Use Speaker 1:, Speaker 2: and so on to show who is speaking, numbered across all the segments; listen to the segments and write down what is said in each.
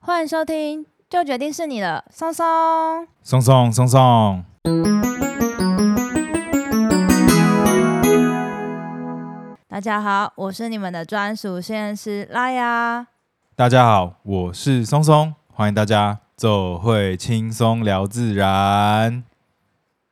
Speaker 1: 欢迎收听，就决定是你了，松松。
Speaker 2: 松松松松，
Speaker 1: 大家好，我是你们的专属现实拉雅。
Speaker 2: 大家好，我是松松，欢迎大家走会轻松聊自然。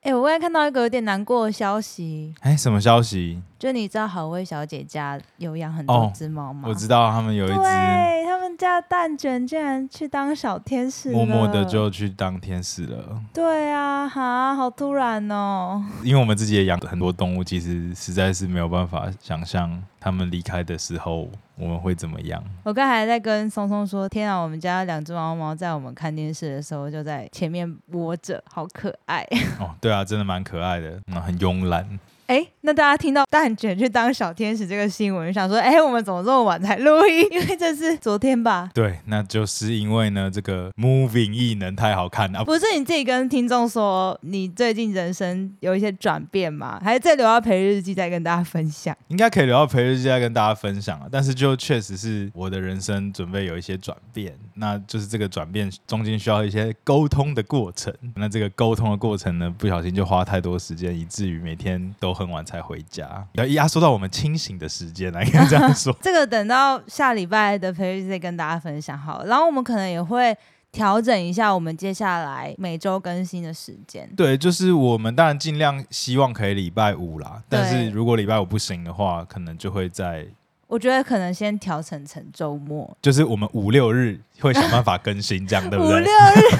Speaker 1: 哎，我刚才看到一个有点难过的消息，
Speaker 2: 哎，什么消息？
Speaker 1: 就你知道好味小姐家有养很多
Speaker 2: 哦
Speaker 1: 只猫吗？
Speaker 2: 我知道他们有一只
Speaker 1: 对他们家的蛋卷竟然去当小天使了，
Speaker 2: 默默的就去当天使了，
Speaker 1: 对啊，哈，好突然哦。
Speaker 2: 因为我们自己也养很多动物，其实实在是没有办法想象他们离开的时候我们会怎么样。
Speaker 1: 我刚才在跟松松说，天啊，我们家两只猫猫在我们看电视的时候就在前面窝着，好可爱。
Speaker 2: 哦，对啊，真的蛮可爱的，嗯，很慵懒。
Speaker 1: 哎，那大家听到蛋卷去当小天使这个新闻，想说，哎，我们怎么这么晚才录音？ 因为这是昨天吧？
Speaker 2: 对，那就是因为呢，这个 moving 异能太好看啊，
Speaker 1: 不是你自己跟听众说你最近人生有一些转变吗？还是再留到陪日记再跟大家分享？。
Speaker 2: 应该可以留到陪日记再跟大家分享啊。但是就确实是我的人生准备有一些转变，那就是这个转变中间需要一些沟通的过程。那这个沟通的过程呢，不小心就花太多时间，以至于每天都很晚才回家， 要压缩到我们清醒的时间来，应该这样说
Speaker 1: 这个等到下礼拜的培育再跟大家分享好了，然后我们可能也会调整一下我们接下来每周更新的时间。
Speaker 2: 对，就是我们当然尽量希望可以礼拜五啦，但
Speaker 1: 对
Speaker 2: 是如果礼拜五不行的话，可能就会在
Speaker 1: 我觉得可能先调整成周末，
Speaker 2: 就是我们五六日会想办法更新，这样对不
Speaker 1: 五
Speaker 2: 对
Speaker 1: 六？日，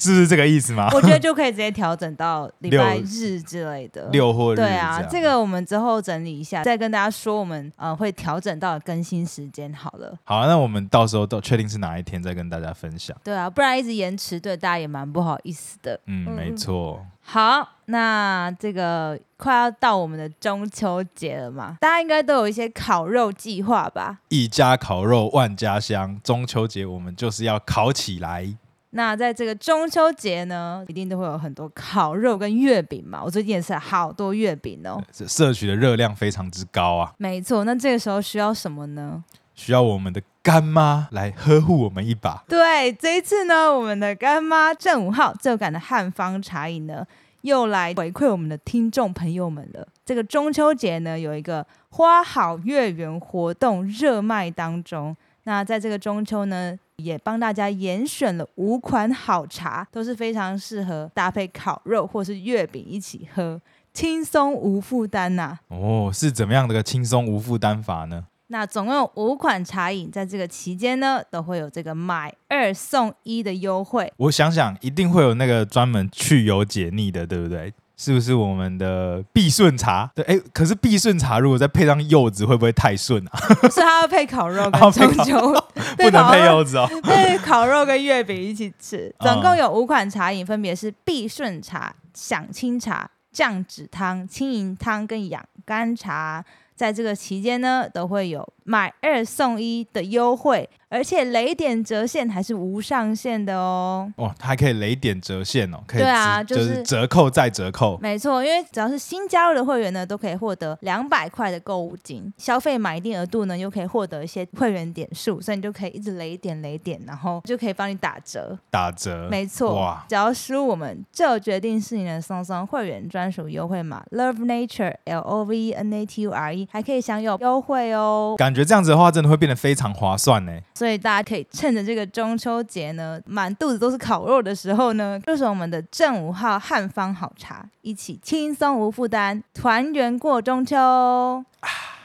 Speaker 2: 是不是这个意思吗？
Speaker 1: 我觉得就可以直接调整到礼拜
Speaker 2: 六
Speaker 1: 日之类的。
Speaker 2: 六或日
Speaker 1: 对啊，
Speaker 2: 样
Speaker 1: 这个我们之后整理一下，再跟大家说我们呃会调整到更新时间好了。
Speaker 2: 好，那我们到时候都确定是哪一天再跟大家分享。
Speaker 1: 对啊，不然一直延迟对大家也蛮不好意思的。
Speaker 2: 嗯，
Speaker 1: 嗯
Speaker 2: 没错。
Speaker 1: 好，那这个快要到我们的中秋节了嘛，大家应该都有一些烤肉计划吧？
Speaker 2: 一家烤肉万家香，中秋节我们就是要烤起来。
Speaker 1: 那在这个中秋节呢，一定都会有很多烤肉跟月饼嘛。我最近也是好多月饼哦。
Speaker 2: 这摄取的热量非常之高啊，
Speaker 1: 没错，那这个时候需要什么呢？
Speaker 2: 需要我们的干妈来呵护我们一把。
Speaker 1: 对，这一次呢，我们的干妈正五号正感的汉方茶饮呢，又来回馈我们的听众朋友们了。这个中秋节呢，有一个花好月圆活动热卖当中，那在这个中秋呢，也帮大家严选了五款好茶，都是非常适合搭配烤肉或是月饼一起喝，轻松无负担呐、
Speaker 2: 哦，是怎么样的个轻松无负担法呢？
Speaker 1: 那总共有五款茶饮，在这个期间呢，都会有这个买二送一的优惠。
Speaker 2: 我想想，一定会有那个专门去油解腻的，对不对？是不是我们的必顺茶？对，哎，可是必顺茶如果再配上柚子，会不会太顺啊？
Speaker 1: 所以它要配烤肉跟
Speaker 2: 哦配
Speaker 1: 中
Speaker 2: 烤
Speaker 1: 秋，
Speaker 2: 不能配
Speaker 1: 烤
Speaker 2: 柚子哦。
Speaker 1: 配烤肉跟月饼一起吃。
Speaker 2: 嗯
Speaker 1: 总共有五款茶饮，分别是必顺茶、享清茶、酱脂汤、轻盈汤跟养肝茶。在这个期间呢，都会有买二送一的优惠，而且雷点折现还是无上限的哦。
Speaker 2: 哇，它还可以雷点折现哦，可以
Speaker 1: 对啊
Speaker 2: 直
Speaker 1: 就
Speaker 2: 就是是折扣再折扣，
Speaker 1: 没错，因为只要是新加入的会员呢，都可以获得两百块的购物金，消费满一定额度呢，又可以获得一些会员点数，所以你就可以一直累点累点，然后就可以帮你打折。
Speaker 2: 打折，
Speaker 1: 没错
Speaker 2: 哇，
Speaker 1: 呃只要输入我们就决定是你的松松会员专属优惠码 Love Nature L O V E N A T U R E，还可以享有优惠哦。
Speaker 2: 感觉这样子的话，真的会变得非常划算呢。
Speaker 1: 所以大家可以趁着这个中秋节呢，满肚子都是烤肉的时候呢，就是我们的正五号汉方好茶，一起轻松无负担，团圆过中秋。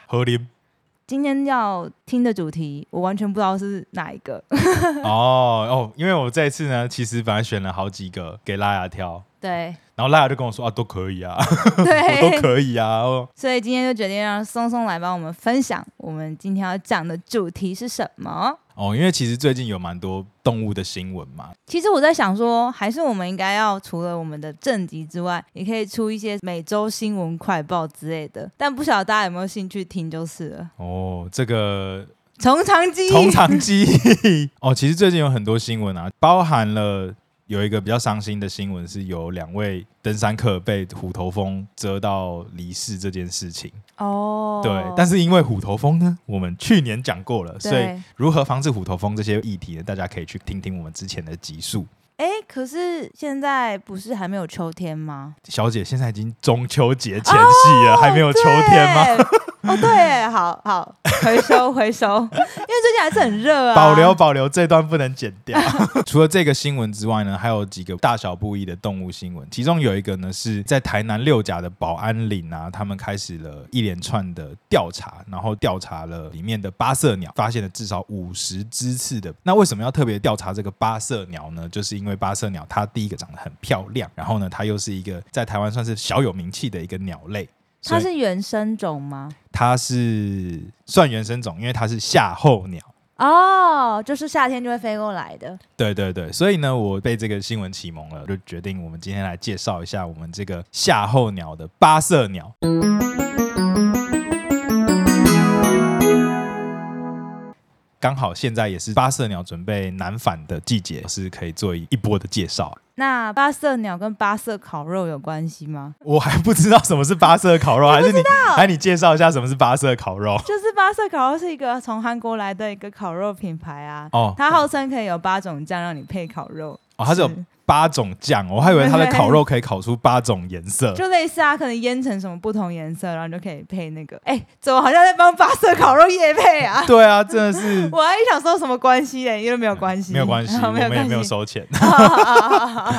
Speaker 2: 合林
Speaker 1: 今天要听的主题，我完全不知道是哪一个。
Speaker 2: 哦哦，因为我这一次呢，其实本来选了好几个给拉雅挑，
Speaker 1: 对
Speaker 2: 然后拉雅就跟我说啊，都 可以啊， 我都
Speaker 1: 对，
Speaker 2: 可以啊，哦
Speaker 1: 所以今天就决定让松松来帮我们分享我们今天要讲的主题是什么。
Speaker 2: 哦，因为其实最近有蛮多动物的新闻嘛，
Speaker 1: 其实我在想说，还是我们应该要除了我们的正集之外，也可以出一些每周新闻快报之类的。但不晓得大家有没有兴趣听就是了。
Speaker 2: 哦，这个
Speaker 1: 从长计议，
Speaker 2: 同场记忆哦，其实最近有很多新闻啊，包含了。有一个比较伤心的新闻，是有两位登山客被虎头蜂蛰到离世这件事情。
Speaker 1: 哦，
Speaker 2: 对，但是因为虎头蜂呢，我们去年讲过了，所以
Speaker 1: 对
Speaker 2: 如何防治虎头蜂这些议题呢，大家可以去听听我们之前的集数。
Speaker 1: 哎，可是现在不是还没有秋天吗？
Speaker 2: 小姐现在已经中秋节前夕
Speaker 1: 哦
Speaker 2: 了，还没有秋天吗？
Speaker 1: 对？哦，对，好好回收回 收，因为最近还是很热啊。
Speaker 2: 保留保留这段不能剪掉。 除了这个新闻之外呢，还有几个大小不一的动物新闻，其中有一个呢是在台南六甲的保安岭啊，他们开始了一连串的调查，然后调查了里面的八色鸟，发现了至少五十只次的。那为什么要特别调查这个八色鸟呢？就是因为八色鸟它第一个长得很漂亮，然后呢，它又是一个在台湾算是小有名气的一个鸟类。所
Speaker 1: 它
Speaker 2: 以
Speaker 1: 是原生种吗？
Speaker 2: 它是算原生种，因为它是夏候鸟。
Speaker 1: 哦，就是夏天就会飞过来的。
Speaker 2: 对对对，所以呢，我被这个新闻启蒙了，就决定我们今天来介绍一下我们这个夏候鸟的八色鸟。刚好现在也是八色鸟准备南返的季节，是可以做一一波的介绍。
Speaker 1: 那八色鸟跟八色烤肉有关系吗？
Speaker 2: 我还不知道什么是八色烤肉，还是你还你介绍一下什么是八色烤肉
Speaker 1: 就是八色烤肉是一个从韩国来的一个烤肉品牌啊，
Speaker 2: 哦
Speaker 1: 它号称可以有八种酱让你配烤肉，
Speaker 2: 哦，它是有
Speaker 1: 是
Speaker 2: 八种酱，我还以为它的烤肉可以烤出八种颜色。
Speaker 1: 就类似啊，可能腌成什么不同颜色，然后你就可以配那个。哎、怎么好像在帮八色烤肉夜配啊？
Speaker 2: 对啊，真的是
Speaker 1: 我还想说什么关系嘞、因为没有关系，
Speaker 2: 没有关系，
Speaker 1: 嗯好
Speaker 2: 我
Speaker 1: 没有
Speaker 2: 们也
Speaker 1: 关
Speaker 2: 没有
Speaker 1: 系。
Speaker 2: 收钱。
Speaker 1: 好好好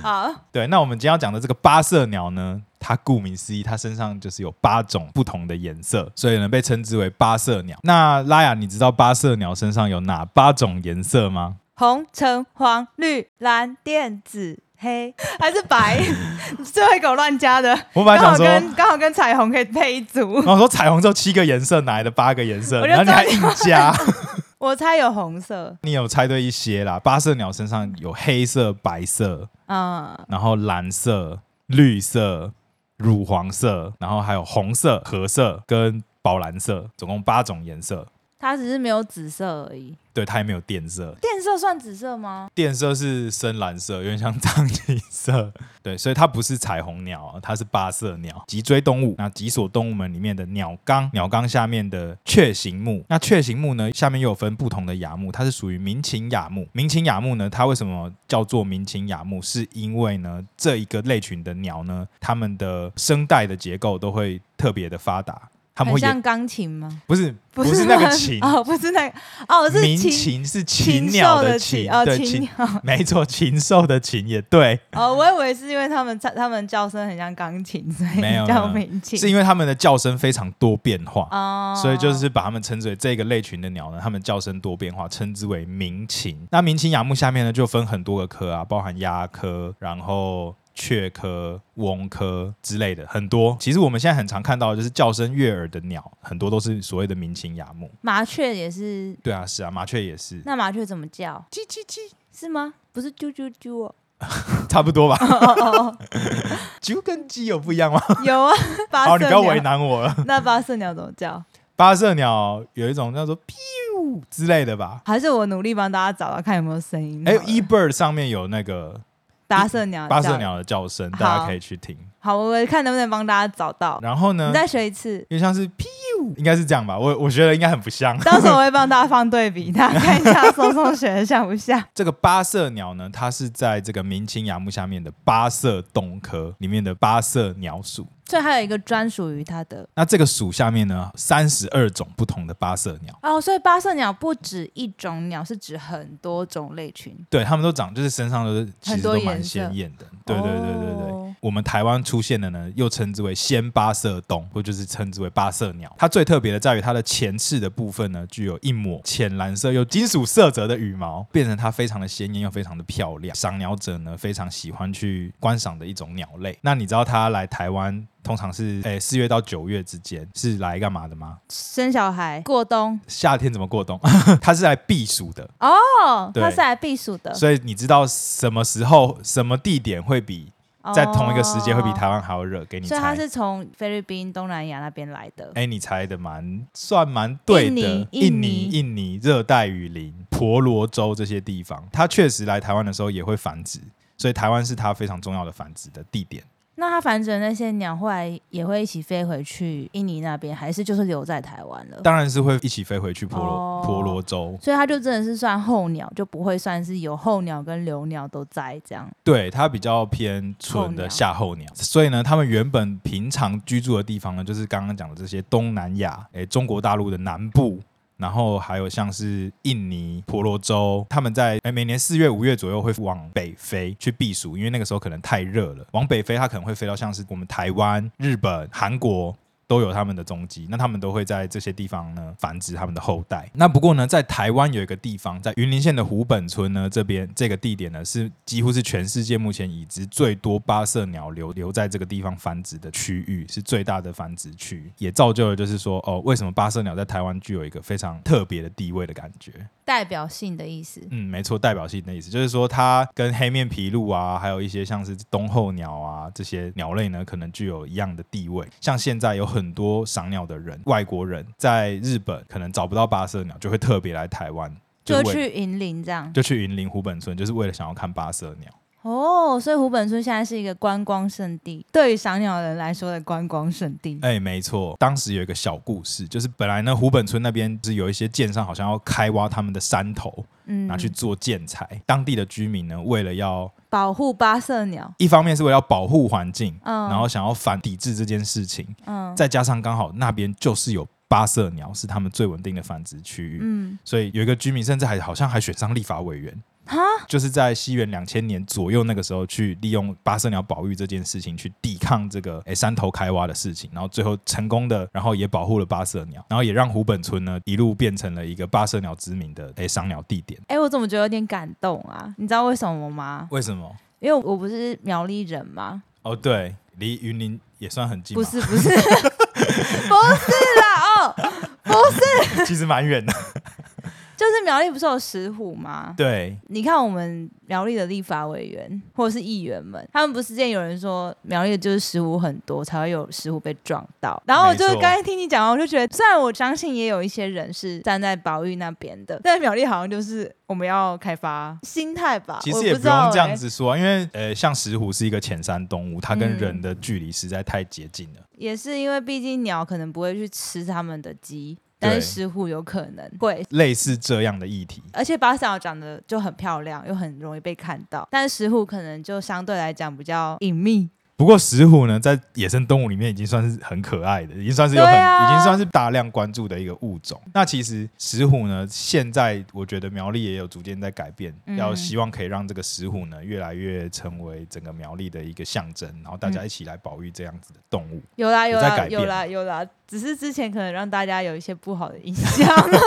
Speaker 1: 好好
Speaker 2: 对，那我们今天要讲的这个八色鸟呢，它顾名思义，它身上就是有八种不同的颜色，所以呢被称之为八色鸟。那拉雅，你知道八色鸟身上有哪八种颜色吗？
Speaker 1: 红、橙、黄、绿、蓝、靛、紫、黑 还是白？最后一口乱加的，
Speaker 2: 我
Speaker 1: 刚
Speaker 2: 本来想
Speaker 1: 好
Speaker 2: 说，
Speaker 1: 跟刚好跟彩虹可以配一组。
Speaker 2: 然后说彩虹只有七个颜色，哪来的八个颜色？
Speaker 1: 我就
Speaker 2: 然后你还硬加，
Speaker 1: 我猜有红色，
Speaker 2: 你有猜对一些啦。八色鸟身上有黑色、白色，
Speaker 1: 嗯，
Speaker 2: 然后蓝色、绿色、乳黄色，然后还有红色、褐色跟宝蓝色，总共八种颜色。
Speaker 1: 它只是没有紫色而已。
Speaker 2: 对，它也没有电色，
Speaker 1: 电色算紫色吗？
Speaker 2: 电色是深蓝色，有 点像藏青色。对，所以它不是彩虹鸟啊，它是八色鸟，脊椎动物。那脊索动物门里面的鸟纲，鸟纲下面的雀形目。那雀形目呢，下面又有分不同的亚目，它是属于明禽亚目。明禽亚目呢，它为什么叫做明禽亚目？是因为呢，这一个类群的鸟呢，它们的声带的结构都会特别的发达，它们
Speaker 1: 很
Speaker 2: 会演
Speaker 1: 像钢琴吗？。
Speaker 2: 不是不是那个琴
Speaker 1: 哦，不是那个哦，是
Speaker 2: 鸣
Speaker 1: 禽
Speaker 2: 禽是
Speaker 1: 禽
Speaker 2: 禽鸟
Speaker 1: 兽的
Speaker 2: 禽，
Speaker 1: 哦，
Speaker 2: 对
Speaker 1: 禽
Speaker 2: 禽
Speaker 1: 鸟
Speaker 2: 没错，禽兽的禽也对，
Speaker 1: 哦，我以为是因为他们唱他们叫声很像钢琴，所
Speaker 2: 没有
Speaker 1: 以叫
Speaker 2: 没有
Speaker 1: 鸣禽。
Speaker 2: 是因为它们的叫声非常多变化，
Speaker 1: 哦，
Speaker 2: 所以就是把它们称之为这个类群的鸟呢，它们叫声多变化，称之为鸣禽。那鸣禽亚目下面呢，就分很多个科啊，包含鸦科，然后。雀科、翁科之类的很多，其实我们现在很常看到，的就是叫声悦耳的鸟，很多都是所谓的鸣禽亚目。
Speaker 1: 麻雀也是。
Speaker 2: 对啊，是啊，麻雀也是，
Speaker 1: 那麻雀怎么叫？
Speaker 2: 叽叽叽，
Speaker 1: 是吗？不是啾啾啾 哦，
Speaker 2: 差不多吧？
Speaker 1: 哦哦
Speaker 2: 啾跟鸡有不一样吗？
Speaker 1: 哦，有啊，八
Speaker 2: 好，
Speaker 1: 色
Speaker 2: 你不要为
Speaker 1: 鸟。
Speaker 2: 难我了。
Speaker 1: 那八色鸟怎么叫？
Speaker 2: 八色鸟有一种叫做 “biu” 之类的吧？
Speaker 1: 还是我努力帮大家找到看有没有声音好
Speaker 2: 哎
Speaker 1: 了？
Speaker 2: ，eBird 上面有那个
Speaker 1: 八色鸟，
Speaker 2: 八色。鸟的叫声，
Speaker 1: 啊好
Speaker 2: 大家可以去听。
Speaker 1: 好，我看能不能帮大家找到。
Speaker 2: 然后呢
Speaker 1: 你，再学一次，
Speaker 2: 因为像是 “biu”，应该是这样吧？我我觉得应该很不像。
Speaker 1: 到时候我会帮大家放对比，大家看一下松松学的像不像。
Speaker 2: 这个八色鸟呢，它是在这个明清亚目下面的八色动科里面的八色鸟属。
Speaker 1: 所以还有一个专属于它的
Speaker 2: 那这个属下面呢，三十二种不同的八色鸟，
Speaker 1: 哦，所以八色鸟不止一种鸟，是指很多种类群。
Speaker 2: 对，它们都长，就是身上都是其实都
Speaker 1: 很多
Speaker 2: 蛮
Speaker 1: 颜色
Speaker 2: 鲜艳的。对对对对对。
Speaker 1: 哦
Speaker 2: 我们台湾出现的呢，又称之为仙八色冬，或就是称之为八色鸟。它最特别的在于它的前翅的部分呢，具有一抹浅蓝色又金属色泽的羽毛，变成它非常的鲜艳又非常的漂亮。赏鸟者呢非常喜欢去观赏的一种鸟类。那你知道它来台湾通常是诶四月到九月之间是来干嘛的吗？
Speaker 1: 生小孩过冬
Speaker 2: 夏天怎么过冬？ 它是来避暑的。
Speaker 1: 哦，
Speaker 2: 对
Speaker 1: 它是来避暑的，
Speaker 2: 所以你知道什么时候、什么地点会比在同一个时间会比台
Speaker 1: 哦。
Speaker 2: 湾还要热？给你
Speaker 1: 所
Speaker 2: 猜。
Speaker 1: 以它是从菲律宾、东南亚那边
Speaker 2: 哎
Speaker 1: 来的。
Speaker 2: 哎，你猜的蛮算蛮对的，
Speaker 1: 印尼印尼
Speaker 2: 印尼印尼热带雨林，婆罗洲这些地方，它确实来台湾的时候也会繁殖，所以台湾是它非常重要的繁殖的地点。
Speaker 1: 那它繁殖的那些鸟后来也会一起飞回去印尼那边，还是就是留在台湾了？
Speaker 2: 当然是会一起飞回去婆罗、
Speaker 1: 哦
Speaker 2: 婆罗洲，
Speaker 1: 所以它就真的是算候鸟，就不会算是有候鸟跟留鸟都在这样。
Speaker 2: 对，它比较偏
Speaker 1: 候
Speaker 2: 纯
Speaker 1: 鸟
Speaker 2: 的夏候鸟，所以呢，他们原本平常居住的地方呢，就是刚刚讲的这些东南亚，诶，中国大陆的南部。然后还有像是印尼、婆罗洲，他们在诶每年四月、五月左右会往北飞去避暑，因为那个时候可能太热了。往北飞，它可能会飞到像是我们台湾、日本、韩国都有他们的踪迹，那他们都会在这些地方呢繁殖他们的后代。那不过呢，在台湾有一个地方，在云林县的湖本村呢这边这个地点呢，是几乎是全世界目前已知最多八色鸟留留在这个地方繁殖的区域，是最大的繁殖区，也造就了就是说哦，为什么八色鸟在台湾具有一个非常特别的地位的感觉？
Speaker 1: 代表性的意思。
Speaker 2: 嗯，没错，代表性的意思就是说，它跟黑面琵鹭啊，还有一些像是冬候鸟啊这些鸟类呢，可能具有一样的地位。像现在有很多赏鸟的人，外国人在日本可能找不到八色鸟，就会特别来台湾，
Speaker 1: 就
Speaker 2: 为
Speaker 1: 去引领这样
Speaker 2: 就去云林湖本村，就是为了想要看八色鸟。
Speaker 1: 哦，所以湖本村现在是一个观光胜地，对于赏鸟人来说的观光胜地。
Speaker 2: 哎，没错，当时有一个小故事，就是本来呢湖本村那边是有一些建商好像要开挖他们的山头，
Speaker 1: 嗯，
Speaker 2: 拿去做建材。当地的居民呢，为了要
Speaker 1: 保护八色鸟。
Speaker 2: 一方面是为了要保护环境，
Speaker 1: 嗯，
Speaker 2: 然后想要反抵制这件事情，
Speaker 1: 嗯
Speaker 2: 再加上刚好那边就是有八色鸟是他们最稳定的繁殖区域，
Speaker 1: 嗯，
Speaker 2: 所以有一个居民甚至还好像还选上立法委员，
Speaker 1: 哈，
Speaker 2: 就是在西元两千年左右那个时候去利用八色鸟保育这件事情去抵抗这个诶山头开挖的事情，然后最后成功的，然后也保护了八色鸟，然后也让湖本村呢一路变成了一个八色鸟知名的诶赏鸟地点。
Speaker 1: 哎、我怎么觉得有点感动啊？你知道为什么吗？
Speaker 2: 为什么？
Speaker 1: 因为我不是苗栗人吗？
Speaker 2: 哦，对，离云林也算很近
Speaker 1: 不
Speaker 2: 嘛，
Speaker 1: 是不是 不是啦哦，
Speaker 2: 其实蛮远的。
Speaker 1: 就是苗栗不是有石虎吗？
Speaker 2: 对，
Speaker 1: 你看我们苗栗的立法委员或者是议员们，他们不是之前有人说苗栗就是石虎很多，才会有石虎被撞到。然后我就
Speaker 2: 没
Speaker 1: 是
Speaker 2: 错
Speaker 1: 刚才听你讲完，我就觉得，虽然我相信也有一些人是站在保育那边的，但苗栗好像就是我们要开发心态吧。
Speaker 2: 其
Speaker 1: 我
Speaker 2: 实也
Speaker 1: 不
Speaker 2: 不
Speaker 1: 知道
Speaker 2: 用这样
Speaker 1: 欸，
Speaker 2: 子说啊，因为呃，像石虎是一个浅山动物，它跟
Speaker 1: 嗯
Speaker 2: 人的距离实在太接近了。
Speaker 1: 也是因为毕竟鸟可能不会去吃他们的鸡，但是
Speaker 2: 对
Speaker 1: 石虎有可能会。
Speaker 2: 类似这样的议题，
Speaker 1: 而且巴斯鸟长得就很漂亮，又很容易被看到，但是石虎可能就相对来讲比较隐秘，
Speaker 2: 不过石虎呢，在野生动物里面已经算是很可爱的，已经算是有
Speaker 1: 对
Speaker 2: 很，
Speaker 1: 啊
Speaker 2: 已经算是大量关注的一个物种。那其实石虎呢，现在我觉得苗栗也有逐渐在改变，
Speaker 1: 嗯
Speaker 2: 要希望可以让这个石虎呢，越来越成为整个苗栗的一个象征，然
Speaker 1: 嗯
Speaker 2: 后大家一起来保育这样子的动物。
Speaker 1: 有啦有
Speaker 2: 有在
Speaker 1: 啦
Speaker 2: 改
Speaker 1: 有
Speaker 2: 变
Speaker 1: 啦有啦，只是之前可能让大家有一些不好的印象。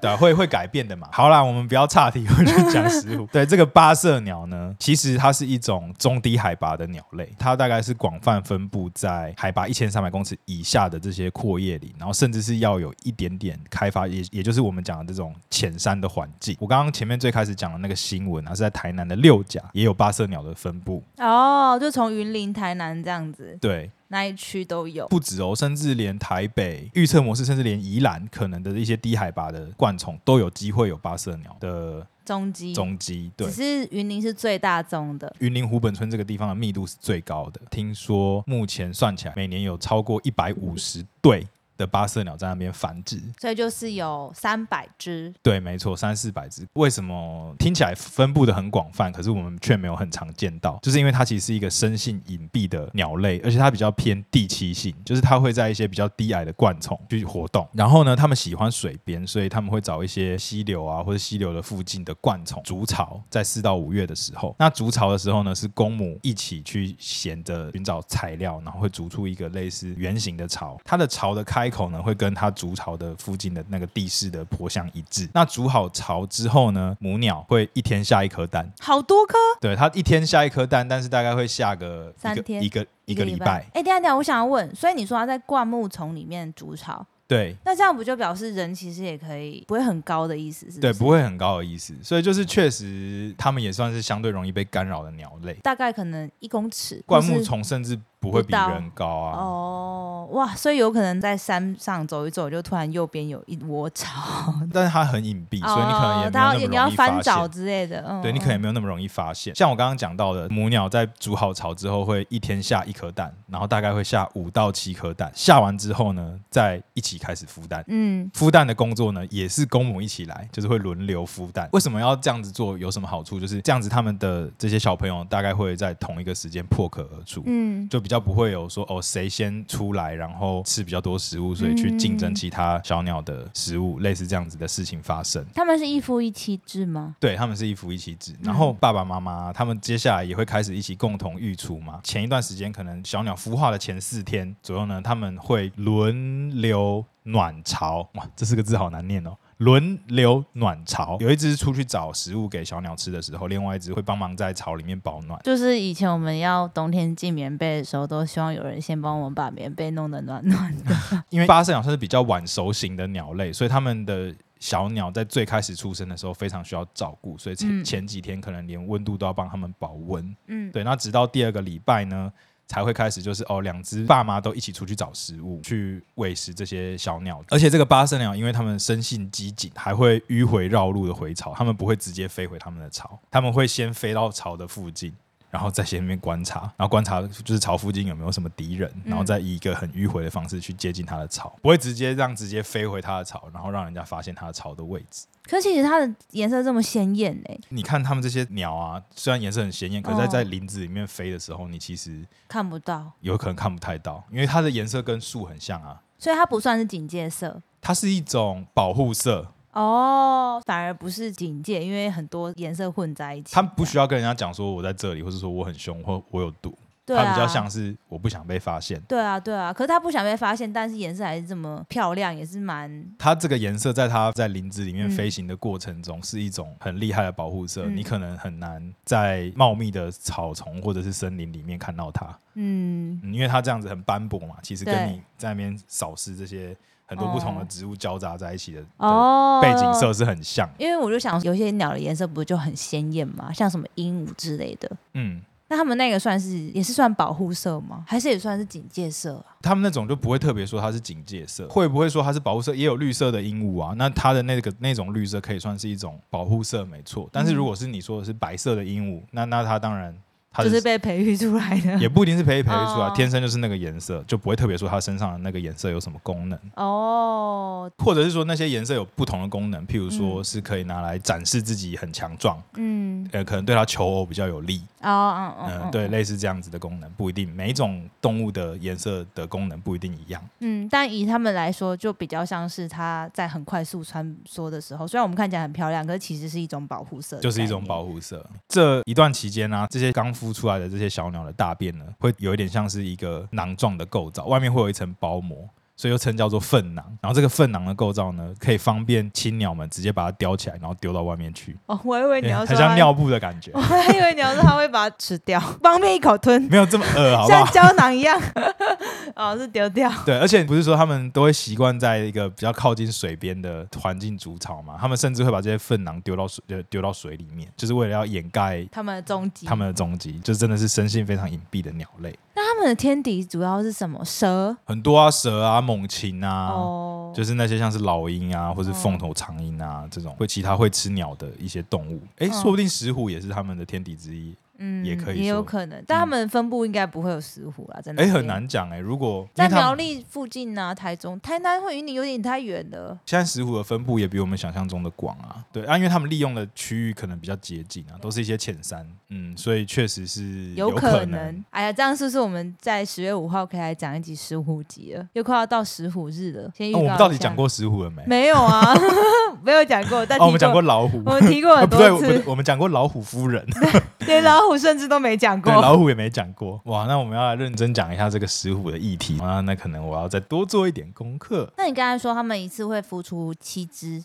Speaker 2: 对，会会改变的嘛。好啦，我们不要岔题，回去讲食物。 对，这个八色鸟呢，其实它是一种中低海拔的鸟类，它大概是广泛分布在海拔一千三百公尺以下的这些阔叶林，然后甚至是要有一点点开发，也也就是我们讲的这种浅山的环境。我刚刚前面最开始讲的那个新闻，它啊是在台南的六甲也有八色鸟的分布。
Speaker 1: 哦，就从云林、台南这样子
Speaker 2: 对，
Speaker 1: 那一区都有。
Speaker 2: 不止哦，甚至连台北预测模式，甚至连宜兰可能的一些低海拔的灌丛都有机会有八色鸟的
Speaker 1: 中基，
Speaker 2: 踪迹。对
Speaker 1: 只，是云林是最大宗的。
Speaker 2: 云林湖本村这个地方的密度是最高的，听说目前算起来，每年有超过一百五十对的八色鸟在那边繁殖。
Speaker 1: 所以就是有三百只，
Speaker 2: 对，没错，三四百只。为什么听起来分布的很广泛，可是我们却没有很常见到？就是因为它其实是一个生性隐蔽的鸟类，而且它比较偏地栖性，就是它会在一些比较低矮的灌丛去活动。然后呢，它们喜欢水边，所以他们会找一些溪流啊或者溪流的附近的灌丛筑巢，在四到五月的时候。那筑巢的时候呢，是公母一起去衔着寻找材料，然后会筑出一个类似圆形的巢。它的巢的开口呢，会跟它筑巢的附近的那个地势的坡相一致。那筑好巢之后呢，母鸟会一天下一颗蛋，
Speaker 1: 好多颗，
Speaker 2: 对，它一天下一颗蛋，但是大概会下个一
Speaker 1: 三
Speaker 2: 个
Speaker 1: 天
Speaker 2: 一个一个礼拜。
Speaker 1: 哎，等一下等一下，我想要问，所以你说它在灌木丛里面筑巢，
Speaker 2: 对。
Speaker 1: 那这样不就表示人其实也可以不会很高的意思是不是？
Speaker 2: 对，不会很高的意思，所以就是确实，它们也算是相对容易被干扰的鸟类。
Speaker 1: 大概可能一公尺，
Speaker 2: 灌木
Speaker 1: 或是
Speaker 2: 丛甚至不会比
Speaker 1: 不到
Speaker 2: 人高啊。
Speaker 1: 哦，哇，所以有可能在山上走一走，就突然右边有一窝草，
Speaker 2: 但是它很隐蔽，所以你可能
Speaker 1: 哦
Speaker 2: 也没
Speaker 1: 它要
Speaker 2: 有那
Speaker 1: 你
Speaker 2: 么
Speaker 1: 要
Speaker 2: 容易发
Speaker 1: 翻
Speaker 2: 现。
Speaker 1: 找之类的，嗯，
Speaker 2: 对你可能也没有那么容易发现。像我刚刚讲到的，母鸟在煮好巢之后会一天下一颗蛋，然后大概会下五到七颗蛋。下完之后呢，再一起开始孵蛋。
Speaker 1: 嗯，
Speaker 2: 孵蛋的工作呢，也是公母一起来，就是会轮流孵蛋。为什么要这样子做？有什么好处？就是这样子，他们的这些小朋友大概会在同一个时间破壳而出。
Speaker 1: 嗯
Speaker 2: 就比较不会有说哦，谁先出来，然后吃比较多食物，所以去竞争其他小鸟的食物，类似这样子的事情发生。
Speaker 1: 嗯，他们是一夫一妻制吗？
Speaker 2: 对，他们是一夫一妻制，然后爸爸妈妈他们接下来也会开始一起共同育雏嘛。前一段时间，可能小鸟孵化的前四天左右呢，他们会轮流暖巢。哇，这四个字好难念哦。轮流暖巢，有一只出去找食物给小鸟吃的时候，另外一只会帮忙在巢里面保暖。
Speaker 1: 就是以前我们要冬天进棉被的时候，都希望有人先帮我们把棉被弄得暖暖的。
Speaker 2: 因为巴色鸟算是比较晚熟型的鸟类，所以它们的小鸟在最开始出生的时候非常需要照顾，所以前、
Speaker 1: 嗯
Speaker 2: 前几天可能连温度都要帮它们保温。
Speaker 1: 嗯，
Speaker 2: 对，那直到第二个礼拜呢，才会开始就是哦，两只爸妈都一起出去找食物，去喂食这些小鸟。而且这个巴色鸟，因为它们生性机警，还会迂回绕路的回巢，它们不会直接飞回它们的巢，它们会先飞到巢的附近。然后在前面观察，然后观察就是巢附近有没有什么敌人，然后再以一个很迂回的方式去接近它的巢，不会直接让直接飞回它的巢，然后让人家发现它的巢的位置。
Speaker 1: 可是其实它的颜色这么鲜艳欸呢、
Speaker 2: 你看它们这些鸟啊，虽然颜色很鲜艳，可是在
Speaker 1: 哦
Speaker 2: 在林子里面飞的时候，你其实
Speaker 1: 看不到，
Speaker 2: 有可能看不太到，因为它的颜色跟树很像啊。
Speaker 1: 所以它不算是警戒色
Speaker 2: 它是一种保护色，
Speaker 1: 哦，反而不是警戒，因为很多颜色混在一起。
Speaker 2: 它不需要跟人家讲说我在这里，或是说我很凶或我有毒，
Speaker 1: 对
Speaker 2: 它
Speaker 1: 啊，
Speaker 2: 比较像是我不想被发现。
Speaker 1: 对啊，对啊，可是它不想被发现，但是颜色还是这么漂亮，也是蛮
Speaker 2: 它这个颜色在它在林子里面
Speaker 1: 嗯
Speaker 2: 飞行的过程中是一种很厉害的保护色，
Speaker 1: 嗯
Speaker 2: 你可能很难在茂密的草丛或者是森林里面看到它，
Speaker 1: 嗯
Speaker 2: 嗯因为它这样子很斑驳嘛，其实
Speaker 1: 对
Speaker 2: 跟你在那边扫视这些很多不同的
Speaker 1: 哦
Speaker 2: 植物交杂在一起的的
Speaker 1: 哦
Speaker 2: 背景色是很像，
Speaker 1: 因为我就想，有些鸟的颜色不就很鲜艳吗？像什么鹦鹉之类的，
Speaker 2: 嗯。
Speaker 1: 那他们那个算是也是算保护色吗？还是也算是警戒色啊？
Speaker 2: 他们那种就不会特别说它是警戒色，会不会说它是保护色？也有绿色的鹦鹉啊，那它的那个那种绿色可以算是一种保护色，没错。但是如果是你说的是白色的鹦鹉，那那它当然它
Speaker 1: 就是是被培育出来的。
Speaker 2: 也不一定是培育培育出来，
Speaker 1: 哦
Speaker 2: 天生就是那个颜色，就不会特别说它身上的那个颜色有什么功能，
Speaker 1: 哦，
Speaker 2: 或者是说那些颜色有不同的功能，譬如说
Speaker 1: 嗯
Speaker 2: 是可以拿来展示自己很强壮，
Speaker 1: 嗯，
Speaker 2: 呃，可能对它求偶比较有利，
Speaker 1: 哦，嗯嗯，
Speaker 2: 嗯，
Speaker 1: 嗯
Speaker 2: 对，，类似这样子的功能不一定，每一种动物的颜色的功能不一定一样。
Speaker 1: 嗯，但以他们来说，就比较像是它在很快速穿梭的时候，虽然我们看起来很漂亮，可是其实是一种保护色的概念，
Speaker 2: 就是一种保护色。这一段期间呢、啊这些刚孵出来的这些小鸟的大便呢，会有一点像是一个囊状的构造，外面会有一层包膜。所以又称叫做粪囊，然后这个粪囊的构造呢，可以方便青鸟们直接把它叼起来，然后丢到外面去，
Speaker 1: 哦，我以为你要说
Speaker 2: 很像
Speaker 1: 它
Speaker 2: 尿布的感觉
Speaker 1: 我，还以为你要说它会把它吃 掉，方便一口吞，
Speaker 2: 没有这么恶，好 不
Speaker 1: 像
Speaker 2: 好？
Speaker 1: 胶囊一 样。 哦，是丢掉。
Speaker 2: 对，而且不是说他们都会习惯在一个比较靠近水边的环境筑巢嘛，他们甚至会把这些粪囊丢到水呃丢到水里面，就是为了要掩盖
Speaker 1: 他们的终极，
Speaker 2: 它们的踪迹，就真的是生性非常隐蔽的鸟类。
Speaker 1: 那他们的天敌主要是什么？蛇
Speaker 2: 很多啊，蛇啊、猛禽啊，
Speaker 1: 哦，
Speaker 2: 就是那些像是老鹰啊，或是凤头苍鹰啊、这种会其他会吃鸟的一些动物。诶，
Speaker 1: 嗯
Speaker 2: 说不定石虎也是它们的天敌之一。
Speaker 1: 嗯
Speaker 2: 也可以
Speaker 1: 也有
Speaker 2: 说嗯
Speaker 1: 可能，但他们分布应该不会有石虎啦，在那
Speaker 2: 诶，
Speaker 1: 边
Speaker 2: 很。难讲诶，如果因
Speaker 1: 嗯在
Speaker 2: 为它
Speaker 1: 苗
Speaker 2: 们
Speaker 1: 栗附近啊，台中、台南会离你有点太远了。
Speaker 2: 现在石虎的分布也比我们想象中的广啊，对啊，因为他们利用的区域可能比较接近啊，都是一些浅山，嗯，所以确实是
Speaker 1: 有
Speaker 2: 可能。
Speaker 1: 能，哎呀，这样是不是我们在十月五号可以来讲一集石虎集了？又快要到石虎日了，先预告、
Speaker 2: 那、哦我们到底讲？过石虎了没？
Speaker 1: 没有啊， 没有讲过，但
Speaker 2: 哦，我们
Speaker 1: 提
Speaker 2: 讲过，老虎，
Speaker 1: 我们提过
Speaker 2: 啊
Speaker 1: 很
Speaker 2: 不
Speaker 1: 多
Speaker 2: 对，不对
Speaker 1: 次，，
Speaker 2: 我们讲过老虎夫人，
Speaker 1: 连老虎甚至都没讲
Speaker 2: 对，
Speaker 1: 过。
Speaker 2: 老虎也没讲过。哇，那我们要来认真讲一下这个石虎的议题啊，那可能我要再多做一点功课，
Speaker 1: 那你刚才说他们一次会孵出七只，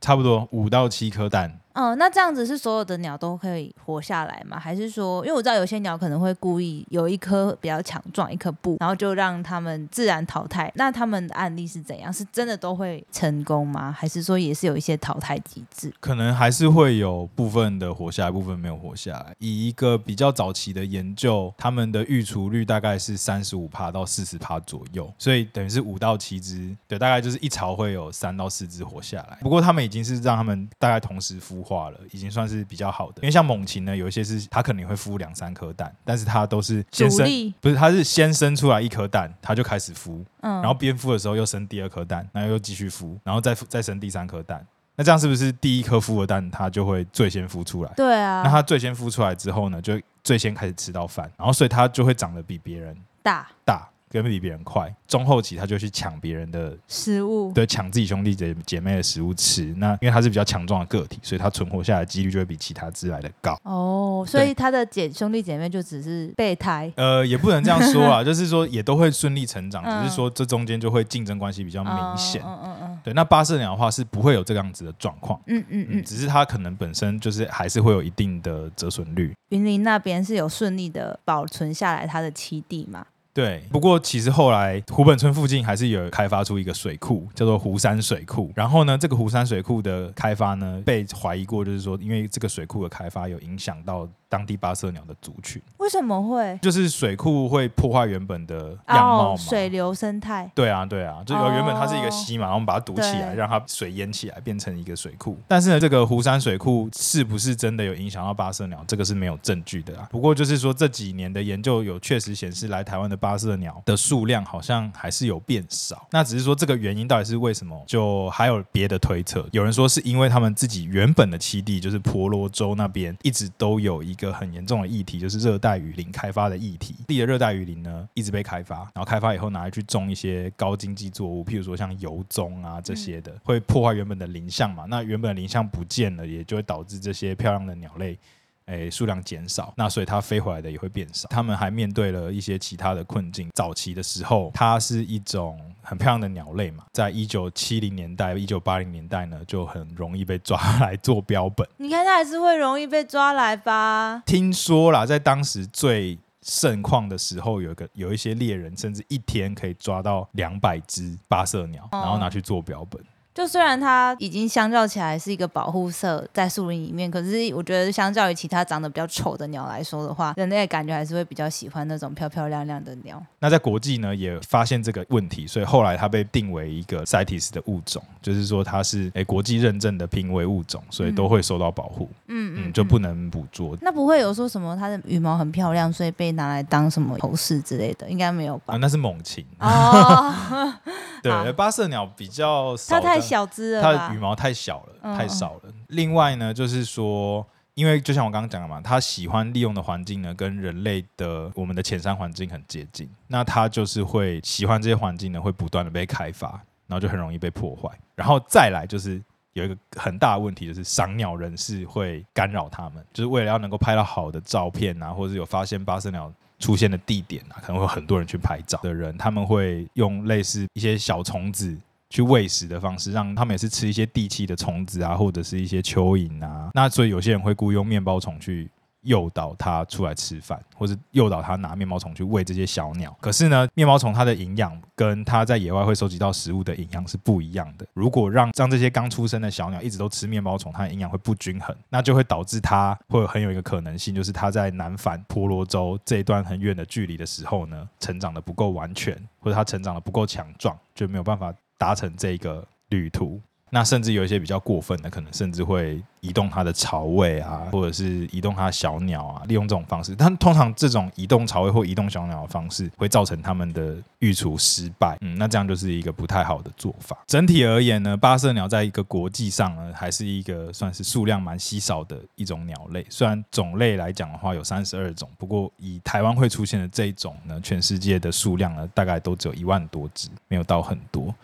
Speaker 2: 差不多五到七颗蛋，
Speaker 1: 哦，那这样子是所有的鸟都可以活下来吗？还是说，因为我知道有些鸟可能会故意有一颗比较强壮，一颗不，然后就让它们自然淘汰。那他们的案例是怎样？是真的都会成功吗？还是说也是有一些淘汰机制？
Speaker 2: 可能还是会有部分的活下来，部分没有活下来。以一个比较早期的研究，他们的育雏率大概是三十五趴到四十趴左右，所以等于是五到七只，对，大概就是一巢会有三到四只活下来。不过他们已经是让他们大概同时孵化了，已经算是比较好的。因为像猛禽呢，有一些是它可能会孵两三颗蛋，但是它都是先
Speaker 1: 主
Speaker 2: 生，
Speaker 1: 力，
Speaker 2: 不是它是先生出来一颗蛋，它就开始孵，
Speaker 1: 嗯，
Speaker 2: 然后边孵的时候又生第二颗蛋，然后又继续孵，然后再孵再生第三颗蛋。那这样是不是第一颗孵的蛋它就会最先孵出来？
Speaker 1: 对
Speaker 2: 那
Speaker 1: 啊，
Speaker 2: 它最先孵出来之后呢，就最先开始吃到饭，然后所以它就会长得比别人
Speaker 1: 大
Speaker 2: 大，跟比别人快。中后期它就去抢别人的，
Speaker 1: 食物，
Speaker 2: 对，抢自己兄弟姐姐妹的食物吃。那因为它是比较强壮的个体，所以它存活下来的几率就会比其他只来的高。
Speaker 1: 哦，所以他的姐兄弟姐妹就只是备胎，
Speaker 2: 呃，也不能这样 说啦，就是说也都会顺利成长，
Speaker 1: 嗯
Speaker 2: 只是说这中间就会竞争关系比较明显。
Speaker 1: 嗯嗯嗯
Speaker 2: 对，那八色鸟的话是不会有这样子的状况，
Speaker 1: 嗯嗯
Speaker 2: 嗯，
Speaker 1: 嗯，
Speaker 2: 只是它可能本身就是还是会有一定的折损率。
Speaker 1: 云林那边是有顺利的保存下来它的栖地嘛？
Speaker 2: 对，不过其实后来湖本村附近还是有开发出一个水库，叫做湖山水库。然后呢，这个湖山水库的开发呢，被怀疑过，就是说因为这个水库的开发有影响到当地八色鸟的族群，
Speaker 1: 为什么会？
Speaker 2: 就是水库会破坏原本的样貌
Speaker 1: 哦，
Speaker 2: 嘛。
Speaker 1: 水流生态，
Speaker 2: 对啊，对啊，就
Speaker 1: 哦
Speaker 2: 原本它是一个溪嘛，然后我们把它堵起来，
Speaker 1: 对
Speaker 2: 让它水淹起来，变成一个水库。但是呢，这个湖山水库是不是真的有影响到八色鸟，这个是没有证据的啊。不过就是说这几年的研究有确实显示，来台湾的八色鸟的数量好像还是有变少。那只是说这个原因到底是为什么，就还有别的推测。有人说是因为他们自己原本的栖地，就是婆罗洲那边一直都有一个很严重的议题，就是热带雨林开发的议题。地的热带雨林呢，一直被开发，然后开发以后拿来去种一些高经济作物，譬如说像油棕啊这些的，会破坏原本的林相嘛。那原本的林相不见了，也就会导致这些漂亮的鸟类。诶，数量减少，那所以它飞回来的也会变少。它们还面对了一些其他的困境。早期的时候，它是一种很漂亮的鸟类嘛，在一九七零年代、一九八零年代呢，就很容易被抓 来做标本。
Speaker 1: 你看它还是会容易被抓来吧？
Speaker 2: 听说啦，在当时最盛况的时候，有一个有一些猎人甚至一天可以抓到两百只八色鸟，然后拿去做标本。
Speaker 1: 就虽然它已经相较起来是一个保护色在树林里面，可是我觉得相较于其他长得比较丑的鸟来说的话，人类感觉还是会比较喜欢那种漂漂亮亮的鸟。
Speaker 2: 那在国际呢，也发现这个问题，所以后来它被定为一个 CITES 的物种，就是说它是诶、国际认证的濒危物种，所以都会受到保护，
Speaker 1: 嗯
Speaker 2: 嗯，就不能捕捉。
Speaker 1: 那不会有说什么它的羽毛很漂亮，所以被拿来当什么头饰之类的，应该没有吧？
Speaker 2: 啊，那是猛禽，
Speaker 1: 哦，
Speaker 2: 对，八色鸟比较少
Speaker 1: 它
Speaker 2: 的，
Speaker 1: 太小只了
Speaker 2: 它的
Speaker 1: 吧
Speaker 2: 羽？毛太小了，
Speaker 1: 嗯
Speaker 2: 太
Speaker 1: 嗯
Speaker 2: 少了。另外呢，就是说，因为就像我刚刚讲的嘛，它喜欢利用的环境呢，跟人类的我们的浅山环境很接近，那它就是会喜欢这些环境呢，会不断的被开发，然后就很容易被破坏。然后再来就是。有一个很大的问题，就是赏鸟人士会干扰它们，就是为了要能够拍到好的照片啊，或者有发现八色鸟出现的地点啊，可能会有很多人去拍照的人，他们会用类似一些小虫子去喂食的方式，让他们也是吃一些地气的虫子啊，或者是一些蚯蚓啊。那所以有些人会雇佣面包虫去。诱导它出来吃饭，或是诱导它拿面包虫去喂这些小鸟。可是呢，面包虫它的营养跟它在野外会收集到食物的营养是不一样的。如果让让这些刚出生的小鸟一直都吃面包虫，它的营养会不均衡，那就会导致它会有很有一个可能性，就是它在南返婆罗洲这一段很远的距离的时候呢，成长的不够完全，或者它成长的不够强壮，就没有办法达成这个旅途。那甚至有一些比较过分的，可能甚至会移动它的巢位啊，或者是移动它的小鸟啊，利用这种方式。但通常这种移动巢位或移动小鸟的方式，会造成它们的育雏失败。嗯，那这样就是一个不太好的做法。整体而言呢，八色鸟在一个国际上呢，还是一个算是数量蛮稀少的一种鸟类。虽然种类来讲的话有三十二种，不过以台湾会出现的这一种呢，全世界的数量呢，大概都只有一万多只，没有到很多。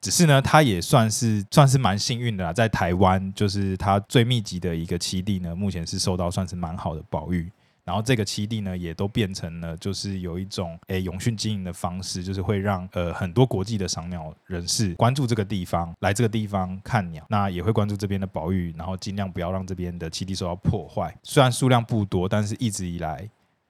Speaker 2: 只是呢，它也算是算是蛮幸运的啦，在台湾就是它最密集的一个栖地呢，目前是受到算是蛮好的保育。然后这个七地呢，也都变成了就是有一种诶永续经营的方式，就是会让呃很多国际的赏鸟人士关注这个地方，来这个地方看鸟，那也会关注这边的保育，然后尽量不要让这边的栖地受到破坏。虽然数量不多，但是一直以来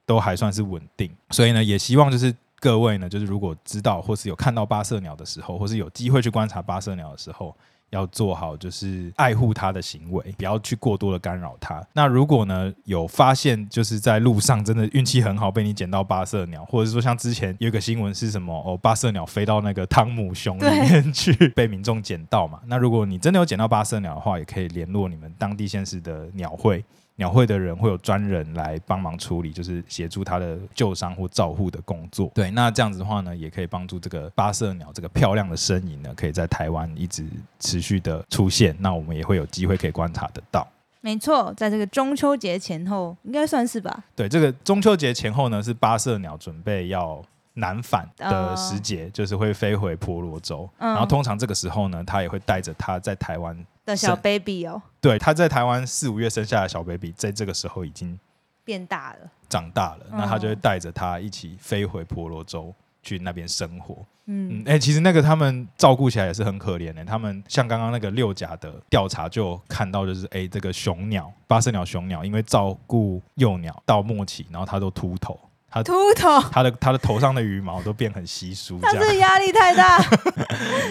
Speaker 2: 都还算是稳定，所以呢，也希望就是。各位呢，就是如果知道或是有看到八色鸟的时候，或是有机会去观察八色鸟的时候，要做好就是爱护它的行为，不要去过多的干扰它。那如果呢有发现，就是在路上真的运气很好被你捡到八色鸟，或者说像之前有一个新闻是什么哦，八色鸟飞到那个汤姆熊里面去，被民众捡到嘛。那如果你真的有捡到八色鸟的话，也可以联络你们当地县市的鸟会。鸟会的人会有专人来帮忙处理，就是协助它的救伤或照护的工作。对，那这样子的话呢，也可以帮助这个八色鸟这个漂亮的身影呢，可以在台湾一直持续的出现。那我们也会有机会可以观察得到。
Speaker 1: 没错，在这个中秋节前后，应该算是吧。
Speaker 2: 对，这个中秋节前后呢，是八色鸟准备要南返的时节，就是会飞回婆罗洲。
Speaker 1: 嗯
Speaker 2: 然后通常这个时候呢，它也会带着它在台湾，
Speaker 1: 的小
Speaker 2: 是
Speaker 1: baby 哦，
Speaker 2: 对，它在台湾四五月生下的小 baby，在这个时候已经
Speaker 1: 变大了。
Speaker 2: 长大了，那他就会
Speaker 1: 嗯
Speaker 2: 带着他一起飞回婆罗洲去那边生活。嗯，
Speaker 1: 嗯，
Speaker 2: 哎、其实那个他们照顾起来也是很可怜的、他们像刚刚那个六甲的调查就有看到，就是哎、这个雄鸟八色鸟雄鸟，因为照顾幼鸟到末期，然后它都秃头，它
Speaker 1: 秃头，
Speaker 2: 它的它的头上的羽毛都变很稀疏，
Speaker 1: 他
Speaker 2: 这
Speaker 1: 这个
Speaker 2: 样
Speaker 1: 压力太大，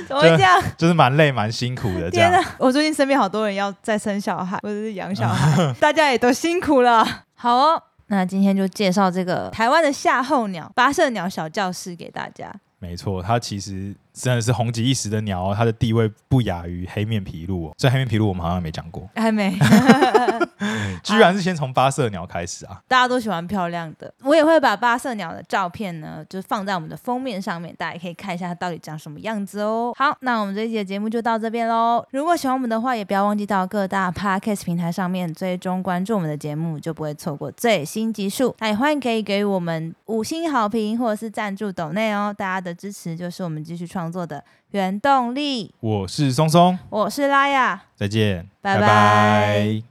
Speaker 1: 怎么会这样？
Speaker 2: 就是蛮累蛮辛苦的这
Speaker 1: 天
Speaker 2: 样。
Speaker 1: 哪！我最近身边好多人要再生小孩或者是养小 孩，大家也都辛苦了。好哦，那今天就介绍这个台湾的夏候鸟——八色鸟小教室给大家。
Speaker 2: 没错，它其实真的是红极一时的鸟、哦，它的地位不亚于黑面琵鹭、哦。所以黑面琵鹭我们好像也没讲过，
Speaker 1: 还没，嗯
Speaker 2: 居然是先从八色鸟开始啊。
Speaker 1: 大家都喜欢漂亮的。我也会把八色鸟的照片呢，就是放在我们的封面上面，大家也可以看一下它到底长什么样子哦。好，那我们这一期的节目就到这边喽。如果喜欢我们的话，也不要忘记到各大 podcast 平台上面追踪关注我们的节目，就不会错过最新集数。那也欢迎可以给予我们五星好评或者是赞助抖内哦，大家的支持就是我们继续创作的原动力。
Speaker 2: 我是松松，
Speaker 1: 我是拉雅。
Speaker 2: 再见，
Speaker 1: 拜拜
Speaker 2: 拜